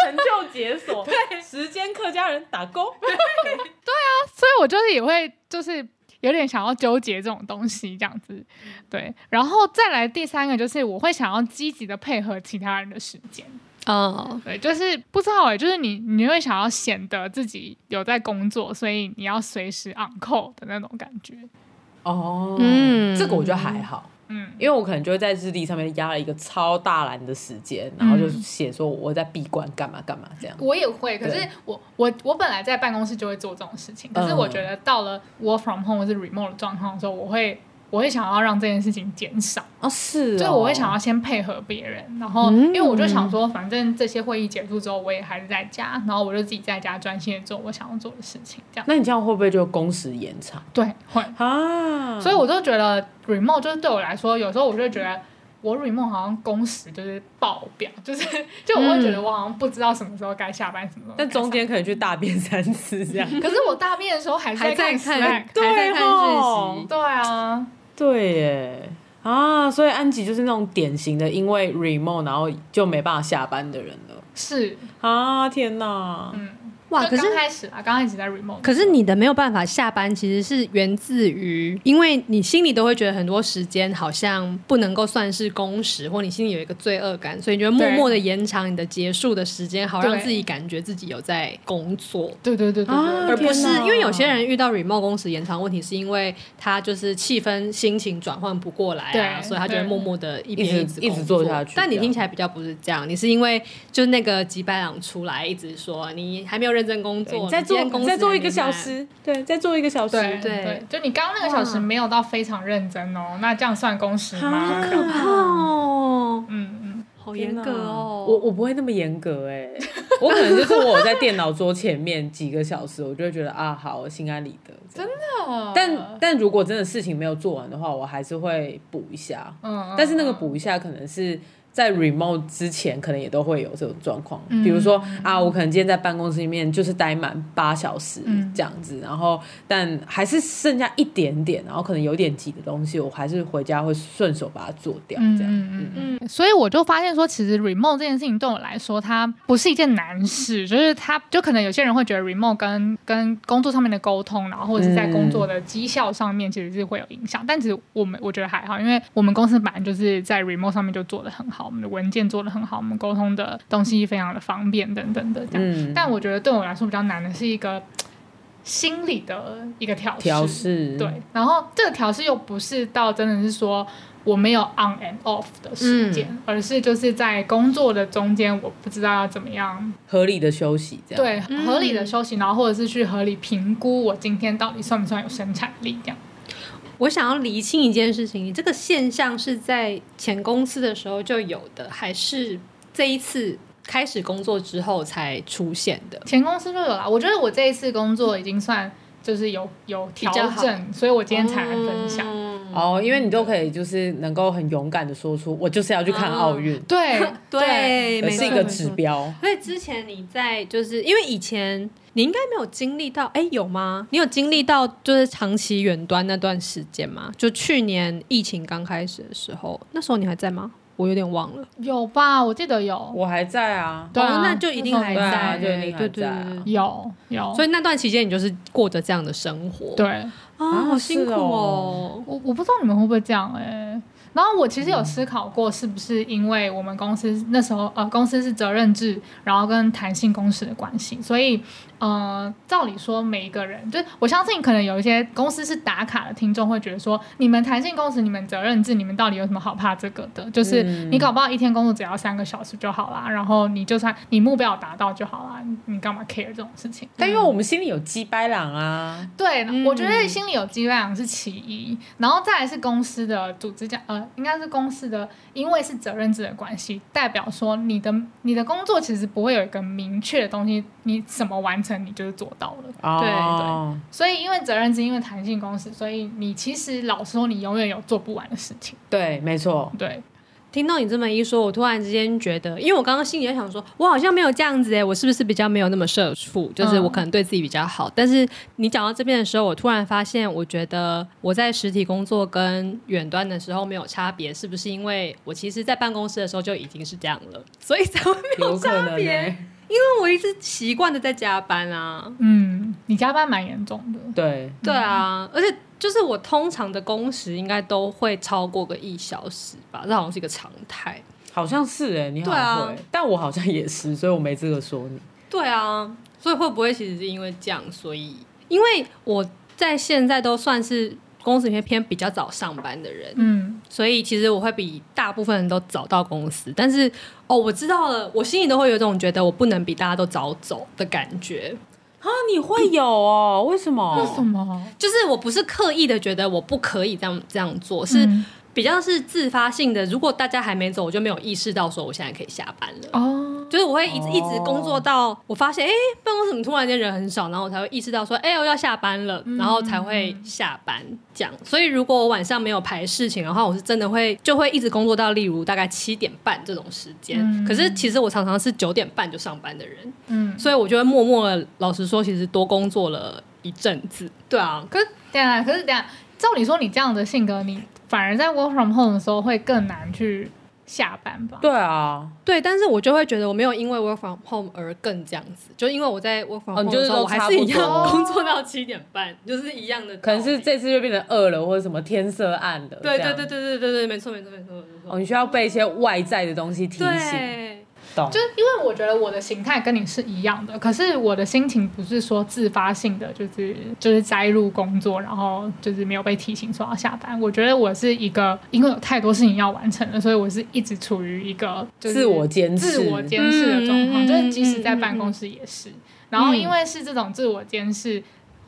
C: 成就解锁，对， 时间客家人打工，
D: 所以我就是也会就是有点想要纠结这种东西这样子，对。然后再来第三个就是我会想要积极的配合其他人的时间，
B: 哦，
D: 对，就是不知道哎、就是你你会想要显得自己有在工作，所以你要随时 on call 的那种感觉，
C: 哦，
B: 嗯
C: 这个我觉得还好。
D: 嗯，
C: 因为我可能就会在日历上面压了一个超大栏的时间，然后就
D: 嗯
C: 写说我在闭关干嘛干嘛这样。
D: 我也会，可是
C: 对
D: 我我我本来在办公室就会做这种事情，可是
C: 嗯
D: 我觉得到了 work from home 或是 remote 的状况的时候，我会我会想要让这件事情减少，
C: 哦，嗯是
D: 就我会想要先配合别人，然后因为我就想说，反正这些会议结束之后，我也还是在家，然后我就自己在家专心的做我想要做的事情，这样
C: 那你这样会不会就工时延长
D: 对会。
C: 啊？
D: 所以我就觉得 remote 就是对我来说，有时候我就觉得我 remote 好像工时就是爆表，就是 就我会觉得我好像不知道什么时候该下班，什么时候该
C: 嗯但
D: 上
C: 中间可能去大便三次 这样。
D: 可是我大便的时候还是
B: 还在看，还
D: Slack
B: 在看哦
C: 吼
B: 讯息。
D: 对啊，
C: 对耶，啊，所以安吉就是那种典型的因为 remote 然后就没办法下班的人了
D: 是，
C: 啊！天哪，
D: 嗯，
B: 哇，可
D: 就是刚开始啊，刚开始在 remote，
B: 可是你的没有办法下班，其实是源自于，因为你心里都会觉得很多时间好像不能够算是工时，或你心里有一个罪恶感，所以你就会默默的延长你的结束的时间，好让
D: 对
B: 自己感觉自己有在工作。
D: 对对对对
C: 哦
D: 对，
B: 而不是因为有些人遇到 remote 工时延长问题，是因为他就是气氛、心情转换不过来啊，
D: 对
B: 所以他就会
D: 对
B: 默默的一
C: 一直
B: 边直
C: 一直
B: 工
C: 做下去
B: 但你
C: 这样
B: 听起来比较不是这样，你是因为就那个吉白朗出来一直说你还没有认真工
C: 对
B: 作，
C: 你再
B: 你今
C: 做
B: 天公
C: 你
B: 司
C: 再做
B: 还
C: 一个
B: 没
C: 小
B: 满，
C: 时，对，再做一个小时，
D: 对
B: 对
D: 对，就你刚刚那个小时没有到非常认真哦，那这样算工时吗？
C: 啊
B: 可怕哦，
D: 嗯嗯，
B: 好
C: 天
B: 严
C: 哪
B: 格哦，
C: 我我不会那么严格哎、 我可能就是我有在电脑桌前面几个小时，我就会觉得啊，好，我心安理得。真的，哦但但如果真的事情没有做完的话，我还是会补一下。
D: 嗯，
C: 但是那个补一下，可能是在 remote 之前，可能也都会有这种状况。
D: 嗯
C: 比如说啊，我可能今天在办公室里面就是待满八小时
D: 嗯
C: 这样子，然后但还是剩下一点点，然后可能有点急的东西，我还是回家会顺手把它做掉
D: 嗯
C: 这样。
D: 嗯嗯嗯嗯，所以我就发现说，其实 remote 这件事情对我来说，它不是一件 难事，就是它就可能有些人会觉得 remote 跟跟工作上面的沟通，然后或者是在工作
C: 嗯
D: 的绩效上面，其实是会有影响。但其实我们我觉得还好，因为我们公司本来就是在 remote 上面就做的很好，我们的文件做的很好，我们沟通的东西非常的方便等等的这样。
C: 嗯，
D: 但我觉得对我来说比较难的是一个心理的一个调
C: 调试
D: 对，然后这个调试又不是到真的是说我没有 on and off 的时
B: 嗯
D: 间，而是就是在工作的中间，我不知道要怎么样
C: 合理的休息这样。
D: 对合理
B: 嗯
D: 的休息，然后或者是去合理评估我今天到底算不算有生产力这样。
B: 我想要厘清一件事情，你这个现象是在前公司的时候就有的，还是这一次开始工作之后才出现的？
D: 前公司就有啦，我觉得我这一次工作已经算就是有有调
B: 较好
D: 整，所以我今天才来分享。
B: 嗯
C: 哦，因为你都可以就是能够很勇敢的说出，我就是要去看奥运，
D: 啊 对
B: 对，
C: 而
B: 没
C: 是
B: 错
C: 一个指。标。
B: 所以之前你在就是因为以前你应该没有经历到，哎、有吗？你有经历到就是长期远端那段时间吗？就去年疫情刚开始的时候，那时候你还在吗？我有点忘了。
D: 有吧？我记得有，
C: 我还在啊，
D: 对啊
B: 哦，那就一定还
D: 那时候
B: 在，
C: 对啊就一定还
B: 对对
C: 在啊
B: 对对
D: 有有，
B: 所以那段期间，你就是过着这样的生活，
D: 对。
B: 啊，好
C: 啊
B: 辛苦哦。
D: 我我不知道你们会不会这样哎、然后我其实有思考过，是不是因为我们公司那时候呃公司是责任制，然后跟弹性工时的关系，所以呃照理说每一个人，就是我相信可能有一些公司是打卡的听众会觉得说，你们弹性工时，你们责任制，你们到底有什么好怕这个的？就是你搞不好一天工作只要三个小时就好啦，然后你就算你目标有达到就好啦，你你干嘛 care 这种事情？
C: 但因为我们心里有鸡掰狼啊，
D: 对，我觉得心里有鸡蛋是其一，然后再来是公司的组织价，呃，应该是公司的，因为是责任制的关系，代表说你的你的工作其实不会有一个明确的东西，你怎么完成你就是做到了。
C: 哦，
D: 所以因为责任制，因为弹性公司，所以你其实老实说，你永远有做不完的事情。
C: 对，没错，
D: 对，
B: 听到你这么一说，我突然之间觉得，因为我刚刚心里在想说，我好像没有这样子哎、我是不是比较没有那么社畜？就是
C: 嗯
B: 我可能对自己比较好。但是你讲到这边的时候，我突然发现，我觉得我在实体工作跟远端的时候没有差别，是不是因为我其实，在办公室的时候就已经是这样了，所以才会没有
C: 有可
B: 差
C: 能
B: 别？
C: 欸
B: 因为我一直习惯的在加班啊。
D: 嗯，你加班蛮严重的。
C: 对，
B: 对啊，而且就是我通常的工时应该都会超过个一小时吧，这好像是一个常态。
C: 好像是哎，你好
B: 对啊
C: 会，但我好像也是，所以我没资格说你。
B: 对啊，所以会不会其实是因为这样，所以因为我在现在都算是公司里面偏比较早上班的人，
D: 嗯，
B: 所以其实我会比大部分人都早到公司，但是哦，我知道了，我心里都会有一种觉得我不能比大家都早走的感觉。
C: 啊，你会有哦？为什么？
D: 为什？么？
B: 就是我不是刻意的觉得我不可以这样这样做，是
D: 嗯
B: 比较是自发性的。如果大家还没走，我就没有意识到说我现在可以下班了。
D: 哦，
B: 就是我会一直
C: 哦
B: 一直工作到我发现，哎、办公室怎么突然间人很少，然后我才会意识到说，哎、我要下班了，然后才会下班这样。所以如果我晚上没有排事情的话，我是真的会就会一直工作到例如大概七点半这种时间。
D: 嗯
B: 可是其实我常常是九点半就上班的人，
D: 嗯，
B: 所以我就会默默的，老实说，其实多工作了一阵子。对啊，
D: 可是等一下，可是等一下，照理说你这样的性格，你反而在 work from home 的时候会更难去下班吧。
C: 对啊，
B: 对，但是我就会觉得我没有因为 work from home 而更这样子，就因为我在 work from home
C: 哦你就是
B: 的时候，
C: 都
B: 我还
C: 差
B: 是
C: 不
B: 一样
C: 多
B: 工作到七点半，就是一样的道理。
C: 可能是这次就变成饿了，或者什么天色暗了。
B: 对对
C: 这样
B: 对对对对对，没错没错没错没
C: 哦，
B: 错。
C: 你需要被一些外在的东西提醒，
B: 对，
C: 懂？
D: 就是因为我觉得我的形态跟你是一样的，可是我的心情不是说自发性的，就是就是摘入工作，然后就是没有被提醒说要下班。我觉得我是一个，因为有太多事情要完成了，所以我是一直处于一个就是
C: 自我监视
D: 自我监视的状况，
B: 嗯
D: 就是即使在办公室也是。然后因为是这种自我监视，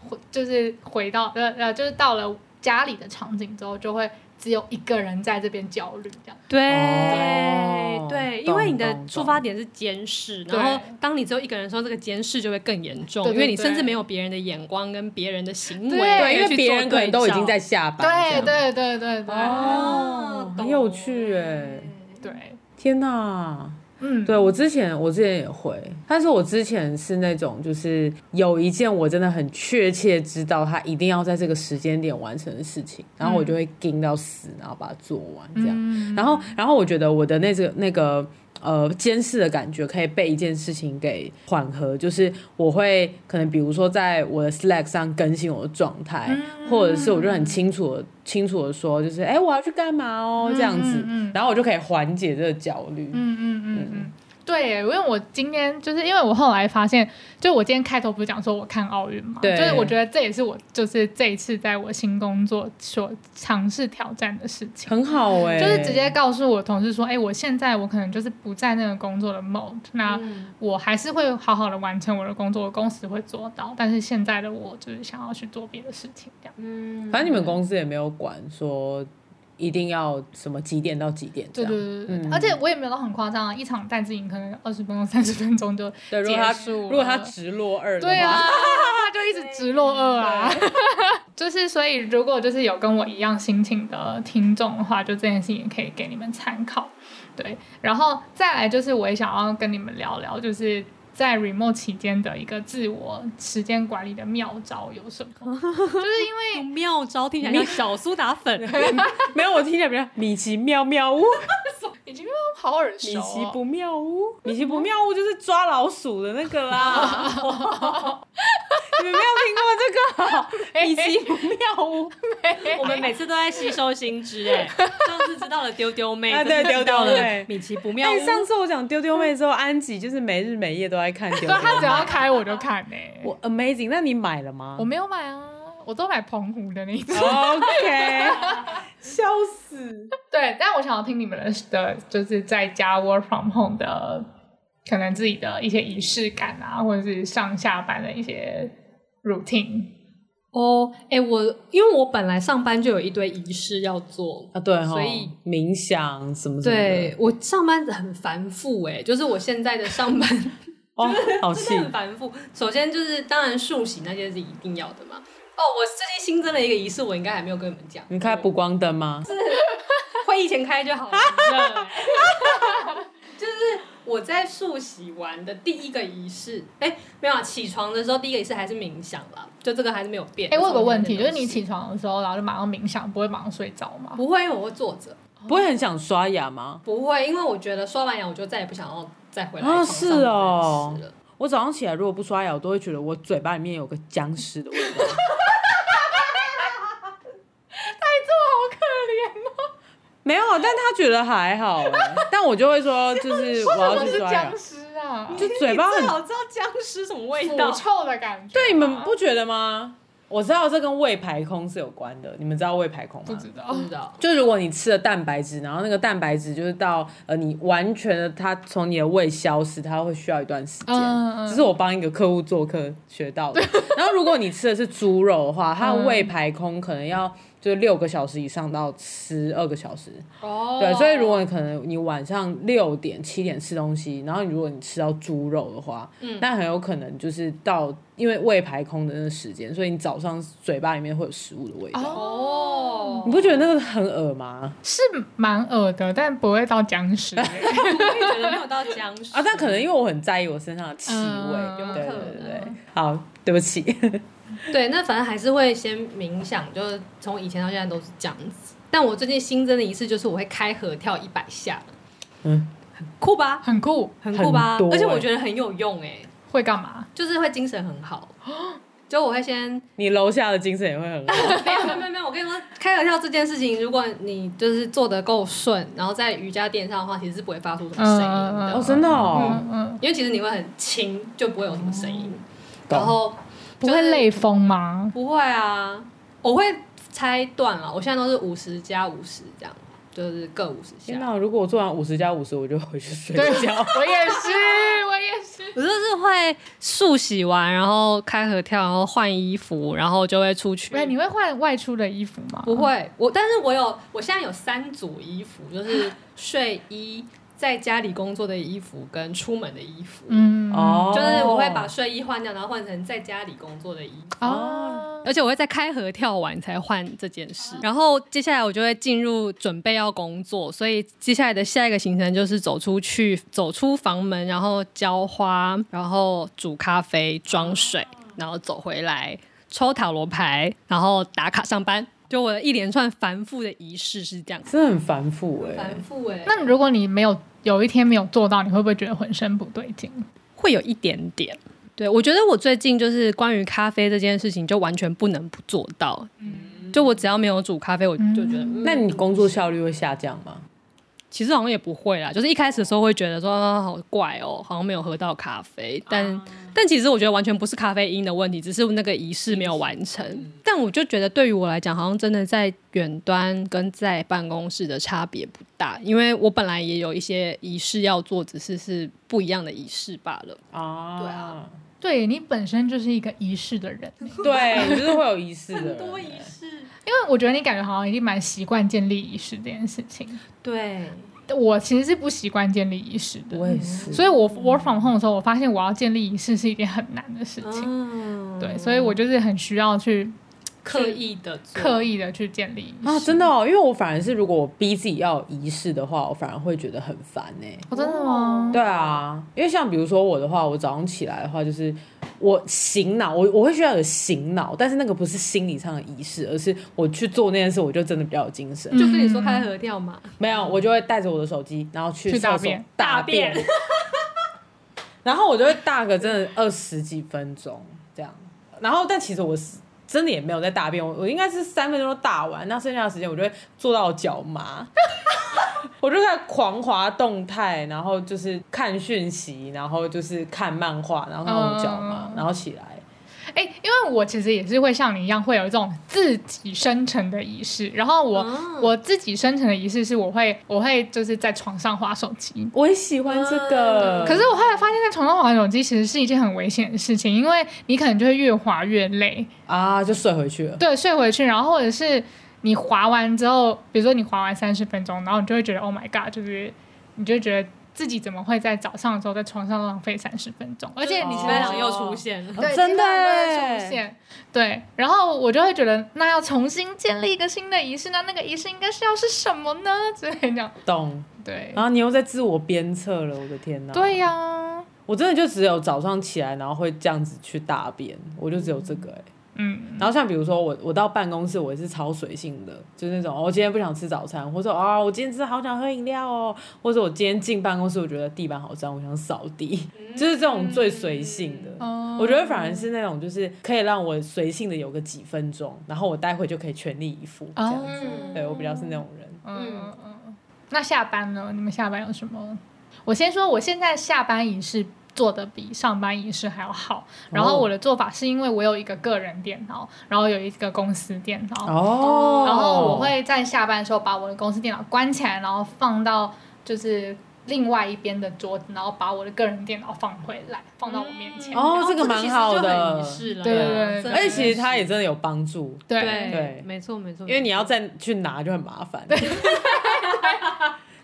D: 回就是回到呃呃，就是到了家里的场景之后，就会只有一个人在这边焦虑这
B: 对
D: 样。
C: 哦
B: 对，因
C: 懂
B: 为你的
C: 懂
B: 出发点是监视，
D: 对
B: 然后当你只有一个人的时候，这个监视就会更严重，
D: 对对
B: 因为你
D: 对
B: 甚至没有别人的眼光跟别人的行为，
D: 对
C: 对，因为
B: 去
C: 别
B: 做
C: 人可能
B: 对
C: 都已
B: 照
C: 经在下班这
D: 对
C: 样。
D: 对对对对，
C: 哦，很有趣哎、
D: 对。
C: 天哪！
D: 嗯，
C: 对我之前，我之前也会，但是我之前是那种，就是有一件我真的很确切知道它一定要在这个时间点完成的事情，然
D: 嗯
C: 后我就会盯到死，然后把它做完这样。然后，然后我觉得我的那个那个呃监视的感觉可以被一件事情给缓和，就是我会可能比如说在我的 Slack 上更新我的状态，
D: 嗯
C: 或者是我就很清楚地清楚的说，就是哎、我要去干嘛哦这样子，
D: 嗯嗯嗯
C: 然后我就可以缓解这个焦虑。
D: 嗯嗯嗯嗯，对耶，因为我今天就是因为我后来发现，就我今天开头不是讲说我看奥运嘛，
C: 对
D: 就是我觉得这也是我就是这一次在我新工作所尝试挑战的事情。
C: 很好哎、
D: 就是直接告诉我同事说，哎、我现在我可能就是不在那个工作的 mode，那
B: 啊
C: 嗯
D: 我还是会好好的完成我的工作，我工时会做到，但是现在的我就是想要去做别的事情，这样。
C: 反正你们公司也没有管说一定要什么几点到几点这
D: 对
C: 样。
D: 对对对对，
C: 嗯
D: 而且我也没有到很夸张啊，一场带自营可能二十分钟、三十分钟就
C: 对如果他
D: 结束了啊
C: 如果他直落二的
D: 对
C: 话，
D: 啊， 他就一直直落二啊。 就是所以，如果就是有跟我一样心情的听众的话，就这件事情也可以给你们参考。对，然后再来就是我也想要跟你们聊聊，就是。在 remote 期间的一个自我时间管理的妙招有 什么？就是因为
B: 妙招，听起来像小苏打粉。
C: 没有我听起来比较米奇妙妙屋，
D: 已经好耳
C: 米
D: 熟、
C: 奇
D: 哦，
C: 不妙屋，米奇不妙屋就是抓老鼠的那个啦。 你们没有听 过这
D: 哎
C: 个米奇不妙屋？
B: 我们每次都在吸收新知， 哎，上次知道了丢丢妹，
C: 啊
B: 这
C: 对
B: 次知道
C: 丢丢
B: 了
C: 妹
B: 米奇不妙
C: 哎、
B: 屋，
C: 上次我讲丢丢妹之后，安吉就是没日没夜都在看丢丢
D: 所以 他只
C: 妹。
D: 要开我就看呢、
C: 我 amazing，那你买了吗
D: 我没有买啊，我都买澎湖的那一种。
C: ？OK，笑 死。
D: 对，但我想要听你们的的，就是在家 work from home 的，可能自己的一些仪式感啊，或者是上下班的一些 routine。
B: 哦，哎，我因为我本来上班就有一堆仪式要做。
C: 啊，对哈，
B: 所以
C: 冥想什么什么的，
B: 对我上班很繁复哎、就是我现在的上 班
C: 哦， 好
B: 真
C: 气
B: 的很繁复。首先就是当然漱洗那些是一定要的嘛。哦，我最近新增了一个仪式，我应该还没有跟你们讲。
C: 你开补光灯吗？
B: 会议前开就好了。就是我在漱洗完的第一个仪式，哎、没有、啊，起床的时候第一个仪式还是冥想啦，就这个还是没有变。
D: 哎，我有个问题，
B: 这个
D: 就是
B: 东西
D: 你起床的时候，然后就马上冥想，不会马上睡着吗？
B: 不会，因为我会坐着，
C: 不会很想刷牙吗？
B: 不会，因为我觉得刷完牙我就再也不想要再回来
C: 啊
B: 床上
C: 是
B: 这件
C: 哦
B: 事了。
C: 我早上起来如果不刷牙，我都会觉得我嘴巴里面有个僵尸的味道。 没有，啊但他觉得还好欸，但我就会说，就是 我要
D: 那
C: 去
D: 啊是
C: 刷牙
D: 僵，尸啊，
C: 就嘴巴
B: 最
C: 很
B: 好知道僵尸什么味
D: 腐
B: 道。
D: 臭的感觉。
C: 对，你们不觉得吗？我知道这跟胃排空是有关的，你们知道胃排空吗？
D: 不知道
B: 不？知道，
C: 就如果你吃了蛋白质，然后那个蛋白质就是到呃你完全的它从你的胃消失，它会需要一段时间。
D: 嗯嗯嗯
C: 这是我帮一个客户做客学到的。然后如果你吃的是猪肉的话，它的胃排空可能要就是六个小时以上到十二个小时。
B: 哦
C: 对，所以如果你可能你晚上六点七点吃东西，然后你如果你吃到猪肉的话，那很有可能就是到因为胃排空的那个时间，所以你早上嘴巴里面会有食物的味道。
B: 哦
C: 你，不觉得那个很恶吗？
D: 是蛮恶的，但不会到僵尸欸。
B: 我也觉得没有到僵尸
C: 啊，但可能因为我很在意我身上的气味，
D: 嗯有
C: 对
B: 可
C: 对对对
B: 能，
C: 好，对不起，
B: 对，那反正还是会先冥想，就是从以前到现在都是这样子。但我最近新增的仪式就是我会开合跳一百下，
C: 嗯，
B: 酷吧，
D: 很酷，
B: 很酷吧
C: 很多，欸
B: 而且我觉得很有用哎、
D: 会干嘛？
B: 就是会精神很好。 就我会先
C: 你楼下的精神也会很好。
B: 没有没有没有没有，我跟你说，开合跳这件事情，如果你就是做的够顺，然后在瑜伽垫上的话，其实是不会发出什么声音的。
D: 嗯
C: 哦，真的哦，
D: 嗯嗯，
B: 因为其实你会很轻，就不会有什么声音，
C: 懂
B: 然后
D: 不会累疯吗？
B: 不会啊，我会拆段了，我现在都是五十加五十这样，就是各五十
C: 天
B: 下。
C: 哪！如果我做完五十加五十，我就回去睡
D: 对，
C: 觉。
D: 我也是，我也是。
B: 我就是会速洗完，然后开合跳，然后换衣服，然后就会出去。
D: 喂，你会换外出的衣服吗？
B: 不，会，我但是我有，我现在有三组衣服，就是睡衣、在家里工作的衣服跟出门的衣服。
D: 嗯，
C: 哦，
B: 就是我会把睡衣换掉，然后换成在家里工作的衣服。
D: 哦，
B: 而且我会在开合跳完才换这件事，然后接下来我就会进入准备要工作，所以接下来的下一个行程就是走出去，走出房门，然后浇花，然后煮咖啡、装水，然后走回来抽塔罗牌，然后打卡上班。就我的一连串繁复的仪式是这样子，
C: 真的很繁复哎、
B: 繁复哎、
D: 那如果你没有有一天没有做到，你会不会觉得浑身不对劲？
B: 会有一点点。对，我觉得我最近就是关于咖啡这件事情，就完全不能不做到。就我只要没有煮咖啡，我就觉得，嗯
C: 那你工作效率会下降吗？
B: 其实好像也不会啦，就是一开始的时候会觉得说、啊好怪哦，好像没有喝到咖啡，但、但其实我觉得完全不是咖啡因的问题，只是那个仪式没有完成。但我就觉得对于我来讲，好像真的在远端跟在办公室的差别不大，因为我本来也有一些仪式要做，只是是不一样的仪式罢了。
C: 啊，
B: 对啊，
D: 对你本身就是一个仪式的人，因
C: 对，你就是会有仪式的，很
B: 多仪式，
D: 为我觉得你感觉好像已经蛮习惯建立仪式这件事情。
B: 对，
D: 我其实是不习惯建立仪式的，
C: 我也是，
D: 所以我 work from home 的时候，我发现我要建立仪式是一件很难的事情。
B: 嗯，
D: 对，所以我就是很需要去
B: 刻意的
D: 刻意的去建立仪式。
C: 啊，真的哦，因为我反而是如果我逼自己要有仪式的话，我反而会觉得很烦哎、
D: 哦，真的吗？
C: 对啊，因为像比如说我的话，我早上起来的话，就是我醒脑，我我会需要有醒脑，但是那个不是心理上的仪式，而是我去做那件事，我就真的比较有精神。
B: 就跟你说开合跳嘛，
C: 没有，我就会带着我的手机，然后去
D: 去
C: 厕
D: 大
C: 所
D: 便
C: 大便， 然后我就会大个真的二十几分钟这样，然后但其实我是。真的也没有在大便，我我应该是三分钟就大完，那剩下的时间我就会做到脚麻， 我就在狂滑动态，然后就是看讯息，然后就是看漫画，然后看我脚
D: 嗯
C: 麻，然后起来，
D: 哎、因为我其实也是会像你一样，会有这种自己生成的仪式。然后我、我自己生成的仪式是，我会我会就是在床上划手机。
C: 我也喜欢这个。
D: 嗯可是我后来发现，在床上划手机其实是一件很危险的事情，因为你可能就会越划越累，
C: 啊，就睡回去了。
D: 对，睡回去，然后或者是你划完之后，比如说你划完三十分钟，然后你就会觉得 Oh my God，就是你就会觉得自己怎么会在早上的时候在床上浪费三十分钟，而且你其
B: 西
D: 实
B: 班牙又出现了。
C: 哦
D: 对，
C: 真的
D: 基本上
C: 欸
D: 都会出现。对，然后我就会觉得，那要重新建立一个新的仪式，那那个仪式应该是要是什么呢？之类这样。
C: 懂。
D: 对，
C: 然后你又在自我鞭策了，我的天哪！
D: 对呀、
C: 我真的就只有早上起来，然后会这样子去大便，我就只有这个哎、
D: 嗯，
C: 然后像比如说我，我到办公室我也是超随性的，就是那种、哦我今天不想吃早餐，或者啊、我今天真的好想喝饮料哦，或者我今天进办公室我觉得地板好脏，我想扫地，
D: 嗯
C: 就是这种最随性的。
D: 哦
C: 我觉得反而是那种就是可以让我随性的有个几分钟，然后我待会就可以全力以赴这样
D: 哦
C: 子。
B: 嗯
C: 对我比较是那种人。
D: 嗯嗯嗯。那下班呢？你们下班有什么？我先说，我现在下班仪式做的比上班仪式还要好。然
C: 哦
D: 后我的做法是因为我有一个个人电脑，然后有一个公司电脑，
C: 哦
D: 然后我会在下班的时候把我的公司电脑关起来，然后放到就是另外一边的桌子，然后把我的个人电脑放回来，放到我面前。
C: 哦，
B: 哦
C: 这
B: 这
C: 个蛮好的，
B: 了
D: 对对对
B: 真的
C: 而且其实它也真的有帮助，
D: 对，
C: 对
B: 没错没错，
C: 因为你要再去拿就很麻烦。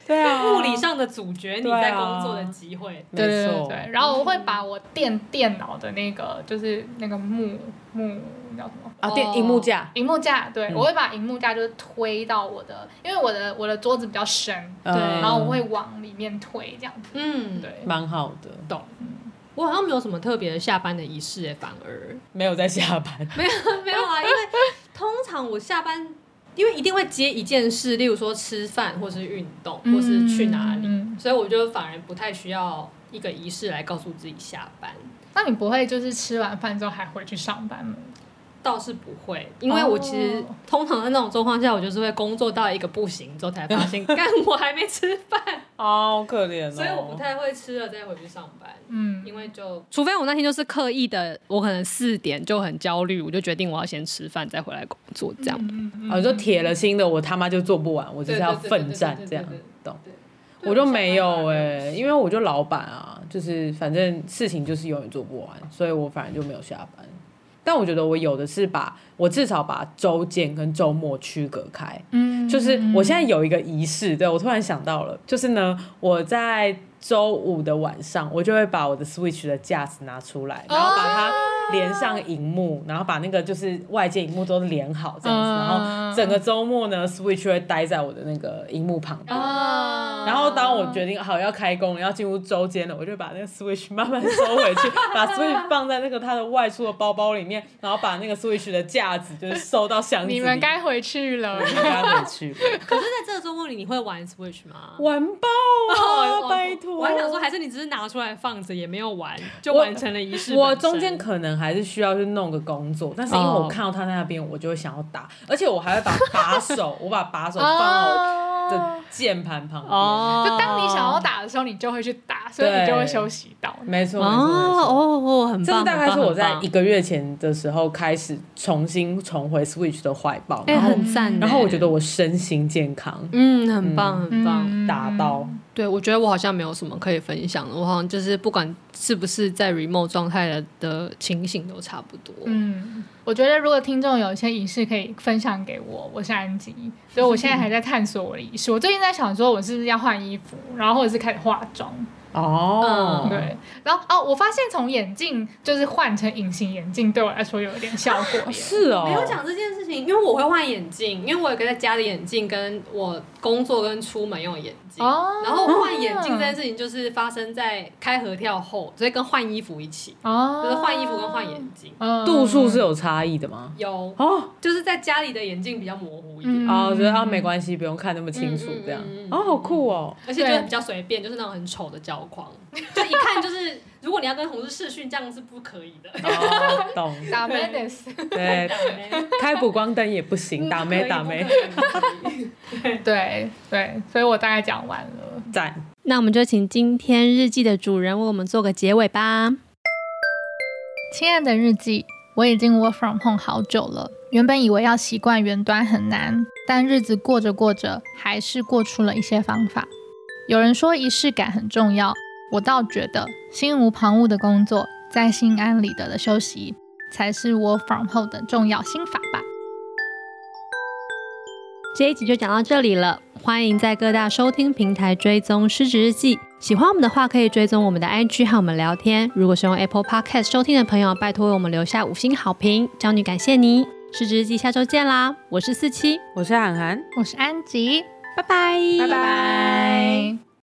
C: 对啊，
B: 物理上的阻绝你
C: 对啊
B: 在工作的机会。
C: 没
D: 对对对
C: 错，
D: 对，然后我会把我电电脑的那个就是那个幕幕叫什么？
C: 啊，电荧幕架，
D: 荧幕架，对、我会把荧幕架就是推到我的，因为我的我的桌子比较深，
C: 对
D: 然后我会往里面推这样子，
B: 嗯，
D: 对，
C: 蛮好的，
B: 懂。我好像没有什么特别的下班的仪欸式诶，反而
C: 没有在下班，
B: 没有啊，因为通常我下班因为一定会接一件事，例如说吃饭，或是运动，
D: 嗯
B: 或是去哪里，
D: 嗯
B: 所以我就反而不太需要一个仪式来告诉自己下班，
D: 那你不会就是吃完饭之后还回去上班吗？
B: 倒是不会，因为我其实、
D: 哦
B: 通常在那种状况下，我就是会工作到一个不行之后才发 现，干我还没吃饭，
C: 好可怜哦。
B: 所以我不太会吃了再回去上班。
D: 嗯，
B: 因为就除非我那天就是刻意的，我可能四点就很焦虑，我就决定我要先吃饭再回来工作这样。
D: 嗯
C: 啊，就铁了心的，我他妈就做不完，我就是要奋战这样
B: 对对对对对对对，
C: 懂
B: 对？
C: 我就没有哎、因为我就老板啊，就是反正事情就是永远做不完，所以我反正就没有下班。但我觉得我有的是把我至少把周间跟周末区隔开，
D: 嗯
C: 就是我现在有一个仪式，对我突然想到了，就是呢，我在周五的晚上，我就会把我的 Switch 的架子拿出来，然后把
D: 哦
C: 它连上荧幕，然后把那个就是外界荧幕都连好这样子，
D: 嗯
C: 然后整个周末呢，Switch 会待在我的那个荧幕旁边。
D: 啊
C: 然后当我决定好要开工，要进入周间了，我就把那个 Switch 慢慢收回去，把 Switch 放在那个它的外出的包包里面，然后把那个 Switch 的架子就是收到箱子里。
D: 你们该回去了
C: 我。们该回去了。
B: 可是在这个周末里，你会玩 Switch 吗？
C: 完爆 啊！拜托，
B: 我还想说，还是你只是拿出来放着，也没有玩，就
C: 我
B: 完成了仪式本身。
C: 我中间可能还是需要去弄个工作，但是因为
B: 嗯
C: 我看到他在那边，我就会想要打，而且我还会把 把手，我把把手放到我的键盘旁边。
B: 哦，
D: 就当你想要打的时候，你就会去打，所以你就会休息到。
C: 没错，
B: 哦
C: 没错，没错。
B: 哦哦，很
C: 这
B: 棒，
C: 个大概是我
B: 很棒
C: 在一个月前的时候开始重新重回 Switch 的怀抱，
B: 哎
C: 然后
B: 很赞，
C: 然后我觉得我身心健康，
B: 嗯很棒很棒。
D: 嗯
C: 打到
B: 对，我觉得我好像没有什么可以分享的，我好像就是不管是不是在 remote 状态的的情形都差不多。
D: 嗯，我觉得如果听众有一些仪式可以分享给我，我是安吉，所以我现在还在探索我的仪式。我最近在想说，我是不是要换衣服，然后或者是开始化妆。
B: 嗯
C: 哦，
D: 对，然后哦，我发现从眼镜就是换成隐形眼镜，对我来说有一点效
B: 啊
D: 果耶。
C: 是哦，
B: 没有讲这件事情，因为我会换眼镜，因为我有个在家的眼镜，跟我工作跟出门用的眼镜。
D: 哦
B: 然后换眼镜这件事情就是发生在开合跳后，所以跟换衣服一起，
D: 哦，
B: 就是换衣服跟换眼镜。
D: 嗯
C: 度数是有差异的吗？
B: 有，
C: 哦，
B: 就是在家里的眼镜比较模糊一点，
D: 嗯
C: 啊，我觉得啊没关系，不用看那么清楚
B: 嗯嗯
C: 这样
B: 嗯嗯。
C: 哦，好酷哦！
B: 而且就
D: 对
B: 是比较随便，就是那种很丑的胶框，就一看就是，如果你要跟同事视讯，这样是不可以的。
C: 哦，懂。
D: 打 m a d e s
C: 对，开补光灯也不
B: 嗯
C: 行， 打没打没，
D: 对对，所以我大概讲完了。
C: 赞。
B: 那我们就请今天日记的主人为我们做个结尾吧。
D: 亲爱的日记，我已经 work from home 好久了。原本以为要习惯远端很难，但日子过着过着，还是过出了一些方法。有人说仪式感很重要，我倒觉得心无旁骛的工作，在心安理得的休息，才是 work from home 的重要心法吧。
B: 这一集就讲到这里了，欢迎在各大收听平台追踪《失职日记》。喜欢我们的话，可以追踪我们的 IG 和我们聊天。如果是用 Apple Podcast 收听的朋友，拜托为我们留下五星好评，娇女感谢你。《失职日记》下周见啦，我是四七，
G: 我是涵涵。
D: 我是安吉，
B: 拜拜，
D: 拜拜